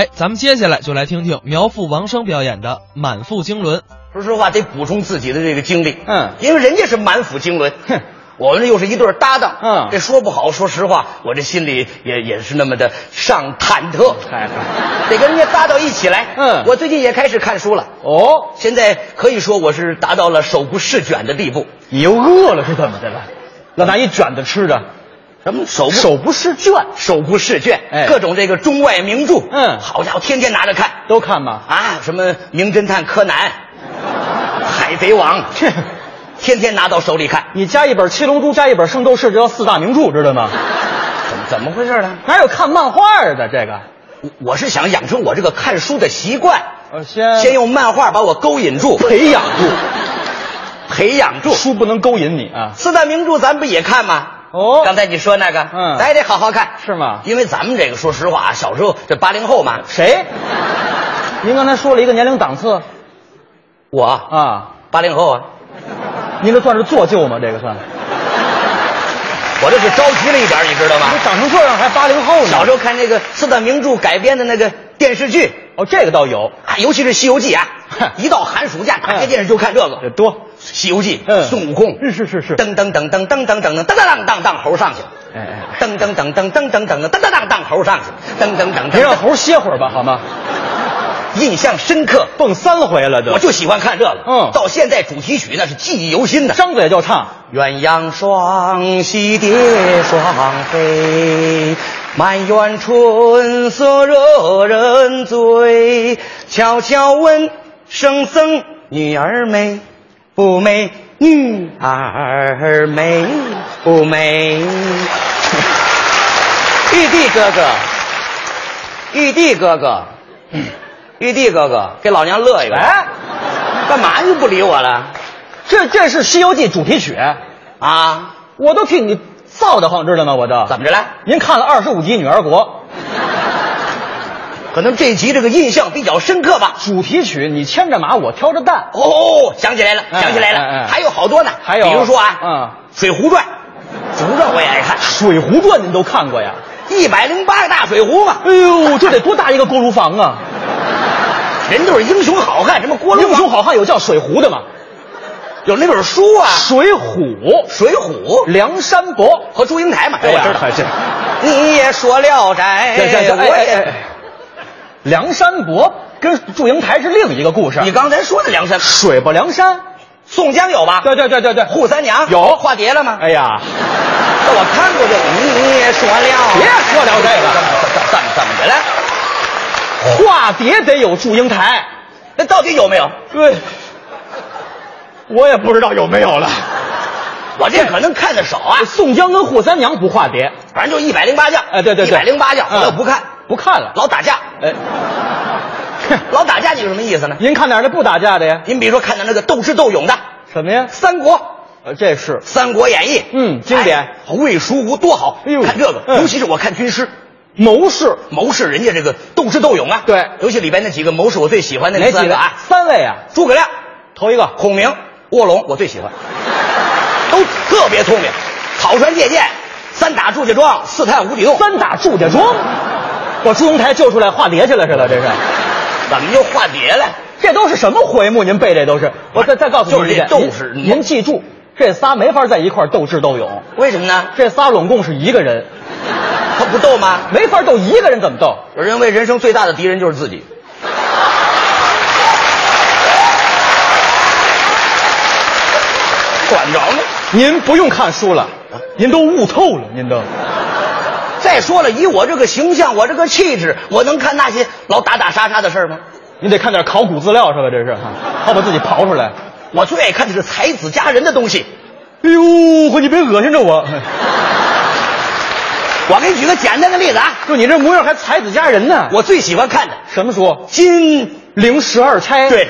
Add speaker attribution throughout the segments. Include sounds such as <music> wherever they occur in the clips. Speaker 1: 哎，咱们接下来就来听听苗阜、王声表演的《满腹经纶》。
Speaker 2: 说实话，得补充自己的这个经历。
Speaker 3: 嗯
Speaker 2: 因为人家是满腹经纶，
Speaker 3: 哼，
Speaker 2: 我们又是一对搭档。
Speaker 3: 嗯
Speaker 2: 这说不好，说实话，我这心里也也是那么的上忐忑，
Speaker 3: 哎
Speaker 2: 得跟人家搭到一起来。
Speaker 3: 嗯
Speaker 2: 我最近也开始看书了，
Speaker 3: 哦，
Speaker 2: 现在可以说我是达到了手不释卷的地步。
Speaker 3: 你又饿了是怎么的了？老拿一卷子吃着，
Speaker 2: 什么手不
Speaker 3: 手不释卷，
Speaker 2: 手不释卷，
Speaker 3: 哎
Speaker 2: 各种这个中外名著，
Speaker 3: 嗯
Speaker 2: 好家伙，天天拿着看
Speaker 3: 都看吧。
Speaker 2: 啊，什么《名侦探柯南》《海贼王》，天天拿到手里看。
Speaker 3: 你加一本《七龙珠》，加一本《圣斗士》，这叫四大名著，知道吗？
Speaker 2: 怎么怎么回事呢？
Speaker 3: 哪有看漫画的这个？
Speaker 2: 我我是想养成我这个看书的习惯，
Speaker 3: 呃，先
Speaker 2: 先用漫画把我勾引住、
Speaker 3: 培养住，
Speaker 2: 培养住。
Speaker 3: 书不能勾引你啊。
Speaker 2: 四大名著咱不也看吗？
Speaker 3: 哦
Speaker 2: 刚才你说那个，
Speaker 3: 嗯
Speaker 2: 咱也得好好看，
Speaker 3: 是吗嗯
Speaker 2: 因为咱们这个，说实话啊，小时候这八零后嘛，
Speaker 3: 谁？您刚才说了一个年龄档次
Speaker 2: 我啊，
Speaker 3: 啊，
Speaker 2: 八零后啊，
Speaker 3: 您这算是做旧吗？这个算？
Speaker 2: 我这是着急了一点，你知道吗
Speaker 3: 你？长成这样还八零后呢？
Speaker 2: 小时候看那个四大名著改编的那个电视剧
Speaker 3: 哦，这个倒有，
Speaker 2: 啊，尤其是《西游记》啊
Speaker 3: 哼，
Speaker 2: 一到寒暑假打开
Speaker 3: 嗯
Speaker 2: 电视就看这个
Speaker 3: 这多。
Speaker 2: 《西游记》
Speaker 3: 嗯
Speaker 2: 孙悟空
Speaker 3: 是是是是
Speaker 2: 噔噔噔噔噔噔噔噔噔噔噔噔猴上去了，
Speaker 3: 哎哎，
Speaker 2: 噔噔噔噔噔噔噔噔噔噔噔噔猴上去了，噔
Speaker 3: <laughs>
Speaker 2: 噔噔
Speaker 3: 您让
Speaker 2: 噔，
Speaker 3: 猴歇会儿吧，好吗？
Speaker 2: 印象深刻。
Speaker 3: 蹦三回了都，
Speaker 2: 我就喜欢看这个，
Speaker 3: 嗯
Speaker 2: 到现在主题曲那是记忆犹新的。
Speaker 3: 张嘴就唱。
Speaker 2: 鸳鸯双栖蝶双飞，满园春色惹人醉。悄悄问圣僧，女儿美不美？女儿美不美？玉帝哥哥，玉帝哥哥，玉帝哥哥，给老娘乐一个！
Speaker 3: 哎，
Speaker 2: 干嘛就不理我了？
Speaker 3: 这这是《西游记》主题曲，
Speaker 2: 啊，
Speaker 3: 我都替你臊得慌，知道吗？我都
Speaker 2: 怎么着了？
Speaker 3: 您看了二十五集《女儿国
Speaker 2: 可能这集这个印象比较深刻吧》。
Speaker 3: 主题曲，你牵着马，我挑着担。
Speaker 2: 哦，想起来了，
Speaker 3: 哎
Speaker 2: 想起来
Speaker 3: 哎
Speaker 2: 了，
Speaker 3: 哎
Speaker 2: 还有好多呢，
Speaker 3: 还有
Speaker 2: 比如说啊，
Speaker 3: 嗯
Speaker 2: 水浒传》，《水浒传》我也爱看，
Speaker 3: 《水浒传》您都看过呀？
Speaker 2: 一百零八个大水壶嘛，
Speaker 3: 哎呦，这得多大一个锅炉房
Speaker 2: <laughs>
Speaker 3: 啊！
Speaker 2: 人都是英雄好汉，什么郭龙
Speaker 3: 英
Speaker 2: 王
Speaker 3: 雄好汉有叫水浒的吗？
Speaker 2: 有那本书啊，
Speaker 3: 《水浒》
Speaker 2: 《水浒》
Speaker 3: 梁山伯。
Speaker 2: 和祝英台嘛，这
Speaker 3: 哎
Speaker 2: 我知道。
Speaker 3: 这
Speaker 2: 你也说聊斋，
Speaker 3: 这这这，哎
Speaker 2: 我
Speaker 3: 哎哎
Speaker 2: 也，
Speaker 3: 哎，梁山伯跟祝英台是另一个故事。
Speaker 2: 你刚才说的梁山，
Speaker 3: 水泊梁山，
Speaker 2: 宋江有吧？
Speaker 3: 对对对对对，
Speaker 2: 啊扈三娘
Speaker 3: 有
Speaker 2: 化蝶了吗？
Speaker 3: 哎呀，
Speaker 2: 那我看过这个，你也说聊，
Speaker 3: 别说聊斋了
Speaker 2: 怎么怎么怎么怎么的了？哦
Speaker 3: 化蝶得有祝英
Speaker 2: <laughs>
Speaker 3: 台。
Speaker 2: 那到底有没有？
Speaker 3: 对，我也不知道有没有了。
Speaker 2: <laughs> 我这可能看的少啊，
Speaker 3: 宋江跟扈三娘不化蝶，
Speaker 2: 反正就一百零八将。
Speaker 3: 哎，对对
Speaker 2: 一
Speaker 3: 对，
Speaker 2: 百零八将，
Speaker 3: 嗯
Speaker 2: 我又不看，
Speaker 3: 不看了。
Speaker 2: 老打架，
Speaker 3: 哎，哼
Speaker 2: 老打架，你有什么意思呢？
Speaker 3: 您看哪儿的不打架的呀？
Speaker 2: 您比如说看到那个斗智斗勇的《
Speaker 3: 什么呀？
Speaker 2: 三国》《
Speaker 3: 呃，这是
Speaker 2: 三国演义》，
Speaker 3: 嗯经典
Speaker 2: 哎魏蜀吴多好。
Speaker 3: 哎呦
Speaker 2: 看这个，
Speaker 3: 嗯
Speaker 2: 尤其是我看军师。
Speaker 3: 谋士
Speaker 2: 谋士人家这个斗智斗勇啊，
Speaker 3: 对
Speaker 2: 尤其里边那几个谋士，我最喜欢那
Speaker 3: 哪
Speaker 2: 三
Speaker 3: 几
Speaker 2: 个
Speaker 3: 位
Speaker 2: 啊？，
Speaker 3: 三位啊，
Speaker 2: 诸葛亮、
Speaker 3: 头一个
Speaker 2: 孔明、卧龙，我最
Speaker 3: <laughs>
Speaker 2: 喜欢，都特别聪明，草船借箭，三打祝家庄，四探无底洞，
Speaker 3: 三打祝家庄，把祝英台救出来化蝶去了似的，这是。
Speaker 2: 怎么又化蝶了？
Speaker 3: 这都是什么回目？您背这都是。我再再告诉您
Speaker 2: 就是这
Speaker 3: 一遍
Speaker 2: 斗士
Speaker 3: 您您记住，这仨没法在一块儿斗智斗勇，
Speaker 2: 为什么呢？
Speaker 3: 这仨拢共是一个人，
Speaker 2: 他不斗吗？
Speaker 3: 没法斗一个人怎么斗？
Speaker 2: 我认为人生最大的敌人就是自己。管着呢。
Speaker 3: 您不用看书了，
Speaker 2: 啊
Speaker 3: 您都悟透了，您都。
Speaker 2: 再说了，以我这个形象，我这个气质，我能看那些老打打杀杀的事儿吗？
Speaker 3: 你得看点考古资料是吧？这是，好把自己刨出来。
Speaker 2: 我最爱看的是才子佳人的东西。
Speaker 3: 哎呦，你别恶心着我，
Speaker 2: 我给你举个简单的例子啊，
Speaker 3: 就你这模样还才子佳人呢。
Speaker 2: 我最喜欢看的
Speaker 3: 什么书？
Speaker 2: 《金
Speaker 3: 零十二钗。
Speaker 2: 对，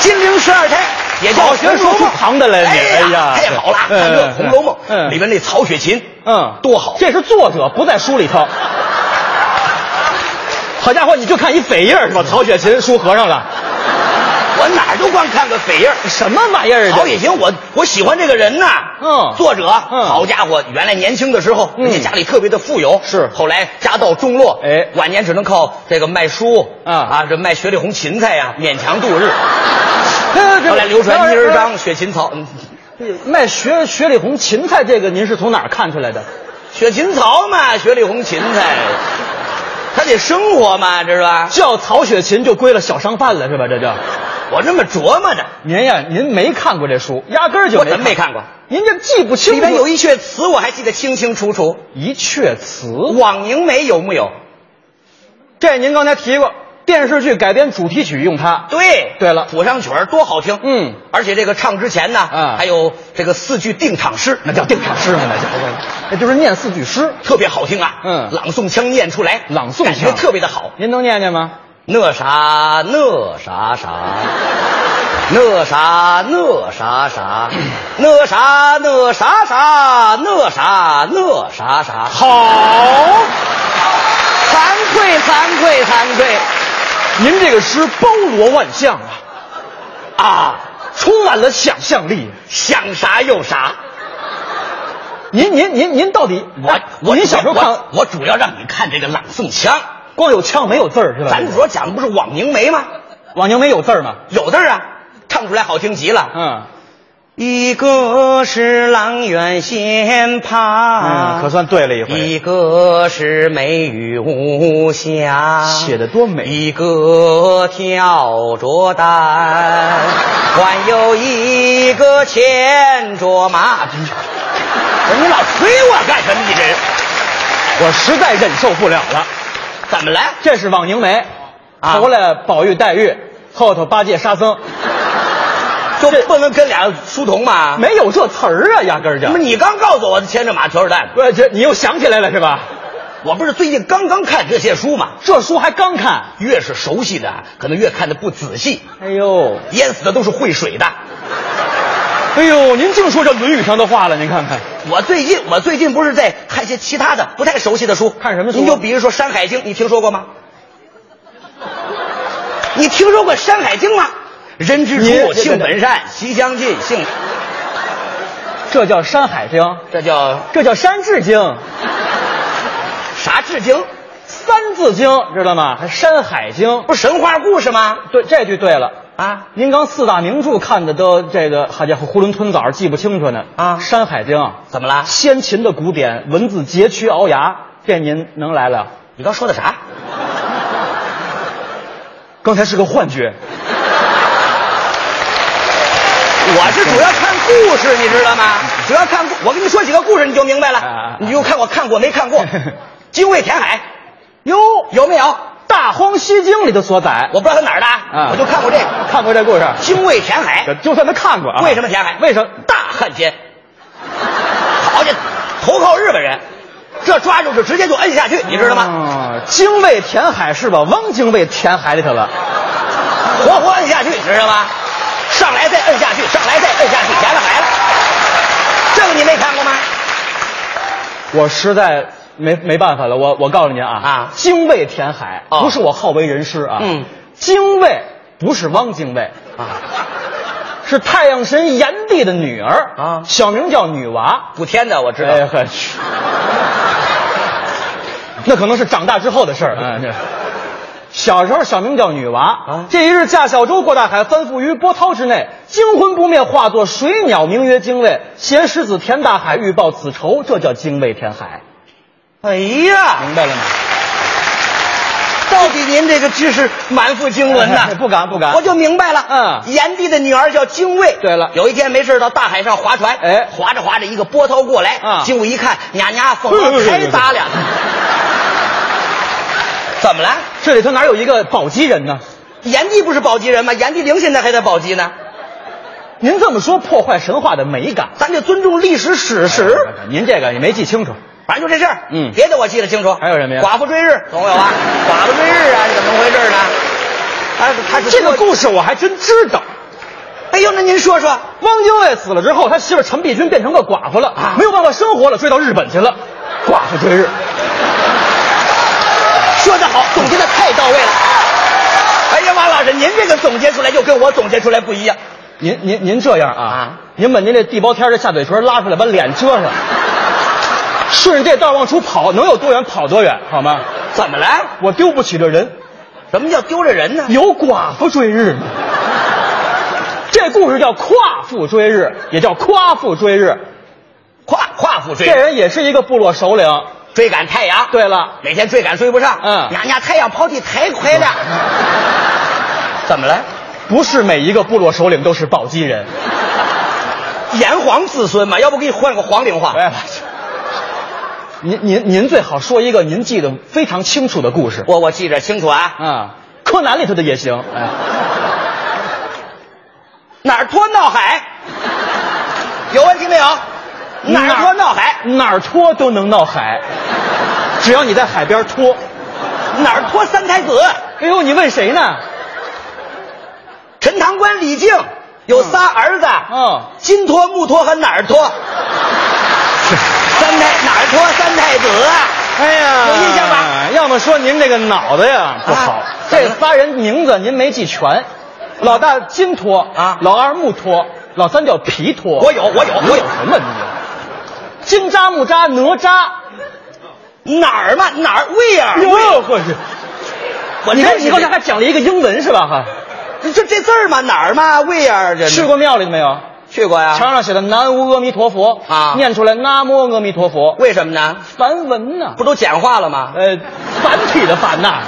Speaker 2: 金陵十二钗。也叫
Speaker 3: 好
Speaker 2: 《红楼
Speaker 3: 说
Speaker 2: 梦
Speaker 3: 出》旁的来你哎呀
Speaker 2: 太好了！看
Speaker 3: 嗯
Speaker 2: 这《红楼梦》
Speaker 3: 嗯
Speaker 2: 里面那曹雪芹，
Speaker 3: 嗯，
Speaker 2: 多好！
Speaker 3: 这是作者不在书里头。好家伙，你就看一扉页是吧？曹雪芹书合上了，
Speaker 2: 我我哪儿都光看个匪印儿
Speaker 3: 什么玩意儿啊？
Speaker 2: 好也行，我我喜欢这个人呐。
Speaker 3: 嗯
Speaker 2: 作者，
Speaker 3: 嗯
Speaker 2: 好家伙，原来年轻的时候，
Speaker 3: 嗯
Speaker 2: 人家家里特别的富有，
Speaker 3: 是
Speaker 2: 后来家道中落，
Speaker 3: 哎
Speaker 2: 晚年只能靠这个卖书
Speaker 3: 啊
Speaker 2: 啊，这卖雪里红芹菜呀，勉强度
Speaker 3: <laughs>
Speaker 2: 日。
Speaker 3: 这
Speaker 2: 后来流传泥儿
Speaker 3: 张
Speaker 2: 张、雪芹草，嗯，
Speaker 3: 卖雪雪里红芹菜这个，您是从哪儿看出来的？
Speaker 2: 雪芹草嘛，雪里红芹菜，他得生活嘛，这是吧？
Speaker 3: 叫曹雪芹就归了小商贩了是吧？这就，
Speaker 2: 我这么琢磨的，
Speaker 3: 您呀，您没看过这书，压根儿就
Speaker 2: 我
Speaker 3: 没
Speaker 2: 怎么没看过？
Speaker 3: 您这记不清楚。
Speaker 2: 里边有一阙词，我还记得清清楚楚。
Speaker 3: 一阙词，
Speaker 2: 枉凝眉有木有？
Speaker 3: 这您刚才提过，电视剧改编主题曲用它。
Speaker 2: 对
Speaker 3: 对了
Speaker 2: 谱上曲儿多好听。
Speaker 3: 嗯，
Speaker 2: 而且这个唱之前呢，
Speaker 3: 嗯
Speaker 2: 还有这个四句定场诗，
Speaker 3: 那叫定场诗吗？那叫，那就是念四句诗。
Speaker 2: 特别好听啊。
Speaker 3: 嗯
Speaker 2: 朗诵腔念出来，
Speaker 3: 朗诵腔
Speaker 2: 感觉特别的好。
Speaker 3: 您能念念吗？
Speaker 2: 那啥那啥啥，那啥那啥啥，那啥那啥啥，那啥那啥啥。好，惭愧惭愧惭愧
Speaker 3: 您这个诗包罗万象啊，
Speaker 2: 啊！
Speaker 3: 充满了想象力。啊
Speaker 2: 想啥有啥。
Speaker 3: 您您您您到底
Speaker 2: 我我
Speaker 3: 您哎小时候看
Speaker 2: 我，我主要让你看这个朗诵腔。
Speaker 3: 光有腔没有字儿是吧？
Speaker 2: 咱主要讲的不是枉凝眉吗？
Speaker 3: 网宁没有字儿吗？
Speaker 2: 有字儿啊，唱出来好听极了。
Speaker 3: 嗯，
Speaker 2: 一个是阆苑
Speaker 3: 嗯，
Speaker 2: 仙葩
Speaker 3: 可算对了一回。
Speaker 2: 一个是美雨无瑕，
Speaker 3: 写得多美
Speaker 2: 一个挑着担，还有一个牵着马。不是你老催我干什么？你这人
Speaker 3: 我实在忍受不了了。
Speaker 2: 怎么了？
Speaker 3: 这是枉凝眉，
Speaker 2: 啊
Speaker 3: 头来宝玉、黛玉，后头八戒、沙僧，
Speaker 2: 就不能跟俩书童吗？
Speaker 3: 没有这词儿啊，压根儿就
Speaker 2: 怎么，。你刚告诉我牵着马挑着担，
Speaker 3: 我这你又想起来了是吧？
Speaker 2: 我不是最近刚刚看这些书吗？
Speaker 3: 这书还刚看。
Speaker 2: 越是熟悉的，可能越看的不仔细，
Speaker 3: 哎呦，
Speaker 2: 淹死的都是会水的。
Speaker 3: 哎呦，您净说这《论语》上的话了，您看看。
Speaker 2: 我最近我最近不是在看一些其他的不太熟悉的书，
Speaker 3: 看什么书
Speaker 2: 您就比如说《山海经》，你听说过吗？
Speaker 3: <laughs>
Speaker 2: 你听说过《山海经》吗？人之初，
Speaker 3: 您
Speaker 2: 性本善，习相近，性
Speaker 3: 这叫《山海经》，
Speaker 2: 这叫
Speaker 3: 这叫《山志经》，《
Speaker 2: 啥至经？
Speaker 3: 三字经》，知道吗？还《山海经》
Speaker 2: 不是神话故事吗？
Speaker 3: 对，这句对了。
Speaker 2: 啊，
Speaker 3: 您刚四大名著看的都这个，好家伙，囫囵吞枣记不清楚呢。
Speaker 2: 啊
Speaker 3: 《山海经》
Speaker 2: 怎么啦？
Speaker 3: 先秦的古典文字佶屈聱牙，这您能来了？
Speaker 2: 你刚说的啥？
Speaker 3: 刚才是个幻觉，
Speaker 2: 我是主要看故事，你知道
Speaker 3: <laughs>
Speaker 2: 吗？主要看故，我跟你说几个故事你就明白
Speaker 3: 啊啊啊
Speaker 2: 了，你就看我看过没
Speaker 3: <laughs>
Speaker 2: 看过，《精卫填海
Speaker 3: 哟，《
Speaker 2: 有没有？
Speaker 3: 大荒西经》里的所载，
Speaker 2: 我不知道他哪儿的啊，
Speaker 3: 啊
Speaker 2: 我就看过这个
Speaker 3: 看过这故事，
Speaker 2: 《精卫填海》，
Speaker 3: 就算他看过啊。
Speaker 2: 为什么填海？
Speaker 3: 为什么？
Speaker 2: 大汉奸，好家伙，投靠日本人，这抓住就直接就摁下去，你知道吗？
Speaker 3: 哦精卫填海是把汪精卫填海里头了。
Speaker 2: 活活摁下去，你知道吗？上来再摁下去，上来再摁下去，填了海了。这个你没看过吗？
Speaker 3: 我实在没没办法了，我我告诉您啊
Speaker 2: 啊
Speaker 3: 精卫填海、
Speaker 2: 哦
Speaker 3: 不是我好为人师啊，
Speaker 2: 嗯，
Speaker 3: 精卫不是汪精卫，
Speaker 2: 啊，
Speaker 3: 是太阳神炎帝的女儿
Speaker 2: 啊
Speaker 3: 小名叫女娃。
Speaker 2: 补天的我知道。
Speaker 3: 哎呵，去 <laughs> 那可能是长大之后的事儿。嗯，这小时候小名叫女娃
Speaker 2: 啊
Speaker 3: 这一日驾小舟过大海，翻覆于波涛之内，惊魂不灭，化作水鸟，名曰精卫。携狮子填大海，欲报此仇，这叫精卫填海，
Speaker 2: 哎呀，
Speaker 3: 明白了吗？
Speaker 2: 到底您这个知识满腹经纶呐、
Speaker 3: 哎 <laughs> 不敢不敢
Speaker 2: 我就明白了。
Speaker 3: 嗯
Speaker 2: 炎帝的女儿叫精卫。
Speaker 3: 对了
Speaker 2: 有一天没事到大海上划船，
Speaker 3: 哎
Speaker 2: 划着划着一个波涛过来，
Speaker 3: 啊
Speaker 2: 精卫一看，呀呀，凤
Speaker 3: <laughs>
Speaker 2: 凰才咱俩，怎么了？
Speaker 3: 这里头哪有一个宝鸡人呢？
Speaker 2: 炎帝不是宝鸡人吗？炎帝陵现在还在宝鸡呢，
Speaker 3: 您这么说破坏神话的美感。
Speaker 2: 咱得尊重历史史实。
Speaker 3: 您这个也没记清楚。
Speaker 2: 反正就这事儿，
Speaker 3: 嗯
Speaker 2: 别的我记得清楚。
Speaker 3: 还有什么呀
Speaker 2: 寡妇追日，总有
Speaker 3: <laughs>
Speaker 2: 啊，寡妇追日啊，你怎么回事呢？
Speaker 3: 哎
Speaker 2: 啊，他是
Speaker 3: 这个
Speaker 2: 说
Speaker 3: 故事我还真知道。
Speaker 2: 哎呦，那您说说，
Speaker 3: 汪精卫死了之后，他媳妇陈璧君变成个寡妇了，
Speaker 2: 啊
Speaker 3: 没有办法生活了，追到日本去了，
Speaker 2: <laughs>
Speaker 3: 寡妇追日。
Speaker 2: 说得好，总结的太到位了。哎呀，王老师，您这个总结出来就跟我总结出来不一样。
Speaker 3: 您您您这样啊，
Speaker 2: 啊
Speaker 3: 您把您这地包天的下嘴唇拉出来，把脸遮上，顺着这道往出跑，能有多远跑多远，好吗？
Speaker 2: 怎么了？
Speaker 3: 我丢不起这人，
Speaker 2: 什么叫丢着人呢？
Speaker 3: 有寡妇追日吗？这故事叫夸父追日，也叫夸父追日。
Speaker 2: 夸夸父追
Speaker 3: 这人也是一个部落首领。
Speaker 2: 追赶太阳，
Speaker 3: 对了，
Speaker 2: 每天追赶追不上，
Speaker 3: 嗯
Speaker 2: 人家太阳抛地太快了。
Speaker 3: 嗯
Speaker 2: 怎么了？
Speaker 3: 不是每一个部落首领都是暴击人。 <laughs>
Speaker 2: 炎黄子孙嘛，要不给你换个黄龄话？
Speaker 3: 哎，您您您最好说一个您记得非常清楚的故事。
Speaker 2: 我我记着清楚啊，
Speaker 3: 啊，柯南里头的也行。哎，
Speaker 2: 哪儿拖闹海？有问题没有？哪儿拖闹海？
Speaker 3: 哪儿拖都能闹海，只要你在海边拖。嗯
Speaker 2: 哪儿拖三太子？
Speaker 3: 哎呦，你问谁呢？
Speaker 2: 陈塘关李靖有仨儿子，
Speaker 3: 嗯
Speaker 2: 金托、木托和哪儿托？三太哪儿托三太子啊？
Speaker 3: 哎呀，
Speaker 2: 有印象吧？
Speaker 3: 要么说您这个脑袋呀不好，
Speaker 2: 啊
Speaker 3: 这仨人名字您没记全，老大金托
Speaker 2: 啊
Speaker 3: 老二木托，老三叫皮托。
Speaker 2: 我有我有
Speaker 3: 你
Speaker 2: 我有
Speaker 3: 什么你？金吒木吒哪吒，
Speaker 2: 哪儿嘛哪儿 where？
Speaker 3: 哎呦呵，
Speaker 2: 我
Speaker 3: 你看
Speaker 2: 认识
Speaker 3: 你刚才还讲了一个英文是吧？哈，
Speaker 2: 这就这字儿嘛哪儿嘛 where 这
Speaker 3: 去过庙里没有？
Speaker 2: 去过呀？
Speaker 3: 墙上写的“南无阿弥陀佛”
Speaker 2: 啊
Speaker 3: 念出来“南无阿弥陀佛
Speaker 2: 为什么呢”，？
Speaker 3: 梵文呢
Speaker 2: 不？都简化了吗？
Speaker 3: 呃，繁体的繁呐，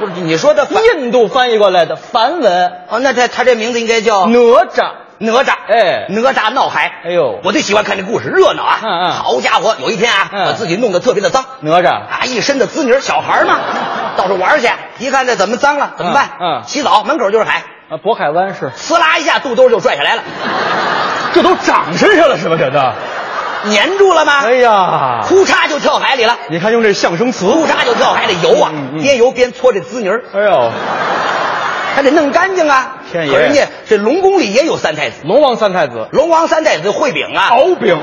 Speaker 2: 不是你说的反
Speaker 3: 印度翻译过来的梵文
Speaker 2: 哦，那他他这名字应该叫
Speaker 3: 哪吒。
Speaker 2: 哪吒，
Speaker 3: 哎
Speaker 2: 哪吒闹海。
Speaker 3: 哎呦
Speaker 2: 我最喜欢看这故事，热闹啊！
Speaker 3: 嗯嗯
Speaker 2: 好家伙，有一天啊，
Speaker 3: 嗯
Speaker 2: 把自己弄得特别的脏，
Speaker 3: 哪吒，
Speaker 2: 啊，一身的滋泥儿，小孩儿嘛，到处玩儿去，一看这怎么脏了，怎么办？
Speaker 3: 嗯嗯
Speaker 2: 洗澡，门口就是海，
Speaker 3: 啊，渤海湾是，
Speaker 2: 呲啦一下，肚兜就拽下来了，
Speaker 3: <laughs> 这都长身上了是吧？这都，
Speaker 2: 粘住了吗？
Speaker 3: 哎呀，
Speaker 2: 哭嚓就跳海里了，
Speaker 3: 你看用这象声词，
Speaker 2: 哭嚓就跳海里游啊
Speaker 3: 嗯嗯嗯，嗯
Speaker 2: 边游边搓这滋泥儿，
Speaker 3: 哎呦，
Speaker 2: 还得弄干净啊。
Speaker 3: 天爷
Speaker 2: 可人家这龙宫里也有三太子，
Speaker 3: 龙王三太子，
Speaker 2: 龙王三太子烩饼啊，
Speaker 3: 敖丙，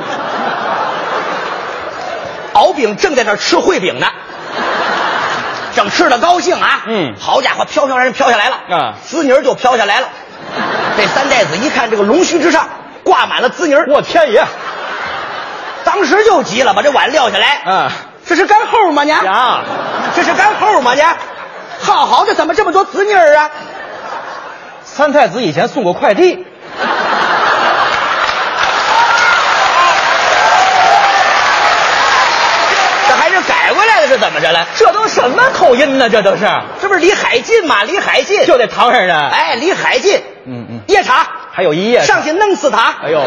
Speaker 2: 敖丙正在那儿吃
Speaker 3: <laughs>
Speaker 2: 烩饼呢，正吃的高兴啊。
Speaker 3: 嗯
Speaker 2: 好家伙，飘飘人飘下来了
Speaker 3: 啊
Speaker 2: 滋泥儿就飘下来了。这三太子一看这个龙须之上挂满了滋泥儿，
Speaker 3: 我天爷，
Speaker 2: 当时就急了，把这碗撂下来。
Speaker 3: 啊
Speaker 2: 这是干后吗？你
Speaker 3: 呀，
Speaker 2: 这是干后吗？你好好的怎么这么多滋泥儿啊？
Speaker 3: 三太子以前送过快递，
Speaker 2: 这还是改过来的，是怎么着了？
Speaker 3: 这都什么口音呢？这都是，
Speaker 2: 这不是离海近吗？离海近，
Speaker 3: 就得唐山人，哎，
Speaker 2: 哎，离海近。
Speaker 3: 嗯嗯
Speaker 2: 夜叉
Speaker 3: 还有一夜
Speaker 2: 上去弄死他。
Speaker 3: 哎呦，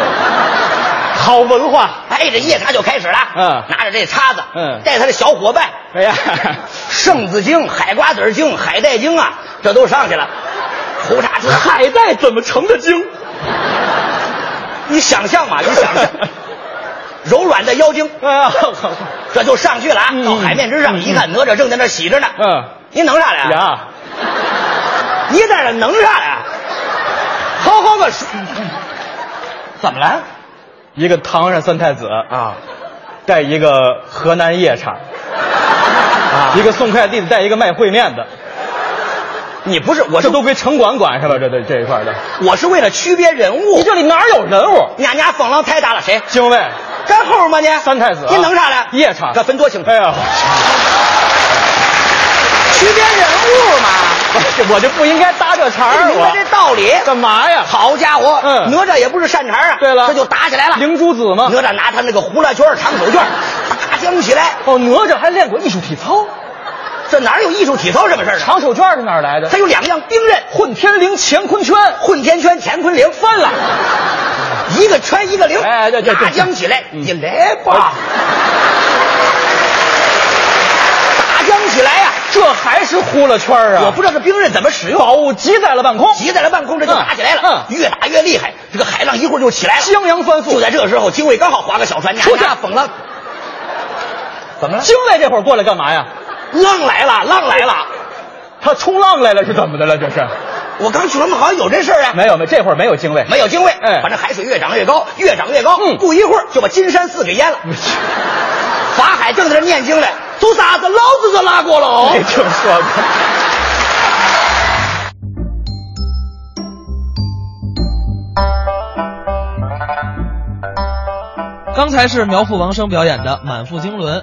Speaker 3: <laughs> 好文化！
Speaker 2: 哎，这夜叉就开始了，
Speaker 3: 嗯
Speaker 2: 拿着这叉子，
Speaker 3: 嗯
Speaker 2: 带他的小伙伴，
Speaker 3: 哎呀，
Speaker 2: <laughs> 圣子精、海瓜子精、海带精啊，这都上去了，胡叉子，
Speaker 3: 海带怎么成的精？
Speaker 2: 你想象嘛，你
Speaker 3: <laughs>
Speaker 2: 想象，柔软的妖精，
Speaker 3: 哎呀，
Speaker 2: <laughs> 这就上去了啊，
Speaker 3: 嗯
Speaker 2: 到海面之上、
Speaker 3: 嗯
Speaker 2: 一看，哪吒正在那儿洗着呢，
Speaker 3: 嗯，
Speaker 2: 您能啥来啊？
Speaker 3: 呀，
Speaker 2: 你在这能啥来啊？好好的说，怎么了？
Speaker 3: 一个唐山三太子
Speaker 2: 啊
Speaker 3: 带一个河南夜叉，
Speaker 2: 啊
Speaker 3: 一个送快递的带一个卖烩面的，
Speaker 2: 你不是我
Speaker 3: 我
Speaker 2: 是
Speaker 3: 这都归城管管是吧？这这这一块的，
Speaker 2: 我是为了区别人
Speaker 3: 你
Speaker 2: 物，
Speaker 3: 这里哪有人物？
Speaker 2: 你家风浪太大了，谁？
Speaker 3: 精卫、
Speaker 2: 干后吗你？
Speaker 3: 三太子啊，
Speaker 2: 您能啥来？
Speaker 3: 夜叉，
Speaker 2: 啊这分多清楚
Speaker 3: 哎，呀，
Speaker 2: 区别人物嘛。
Speaker 3: 我我就不应该搭这茬
Speaker 2: 这
Speaker 3: 儿，
Speaker 2: 明白哎这
Speaker 3: 我
Speaker 2: 道理。
Speaker 3: 干嘛呀？
Speaker 2: 好家伙，
Speaker 3: 嗯
Speaker 2: 哪吒也不是善茬啊。
Speaker 3: 对了
Speaker 2: 这就打起来了。
Speaker 3: 灵珠子吗？
Speaker 2: 哪吒拿他那个呼啦圈、长手绢，打将起来。
Speaker 3: 哦，哪吒还练过艺术体操，
Speaker 2: 这哪有艺术体操这么事儿啊？
Speaker 3: 长手绢是哪儿来的？
Speaker 2: 他有两样兵刃，
Speaker 3: 混天绫、乾坤圈。
Speaker 2: 混天圈、乾坤铃，翻
Speaker 3: <laughs>
Speaker 2: 了，一个圈一个铃。
Speaker 3: 哎对对对
Speaker 2: 打将起来，
Speaker 3: 嗯
Speaker 2: 你来吧。打将起来呀、
Speaker 3: 这还是呼啦圈儿啊！
Speaker 2: 我不知道这兵刃怎么使用。
Speaker 3: 宝物急在了半空，
Speaker 2: 急在了半空，这就打起来了，
Speaker 3: 嗯
Speaker 2: 越打越厉害，这个海浪一会儿就起来了，
Speaker 3: 江洋翻
Speaker 2: 就
Speaker 3: 覆。
Speaker 2: 在这个时候，精卫刚好划个小船，
Speaker 3: 出去
Speaker 2: 呀，风浪，怎么
Speaker 3: 精卫这会儿过来干嘛呀？
Speaker 2: 浪来了，浪来了！
Speaker 3: 他冲浪来了是怎么的了？这是
Speaker 2: 我刚去他们好像有这事儿啊，
Speaker 3: 没有没有，这会儿没有精卫。
Speaker 2: 没有精卫，
Speaker 3: 哎
Speaker 2: 反正海水越涨越高，越涨越高，
Speaker 3: 嗯
Speaker 2: 不一会儿就把金山寺给淹了。
Speaker 3: <laughs>
Speaker 2: 法海正在那念经嘞，都
Speaker 3: 哎
Speaker 2: 傻子，老子就拉过了哦。
Speaker 3: 没听说过。刚才是苗阜王声表演的《满腹经纶》，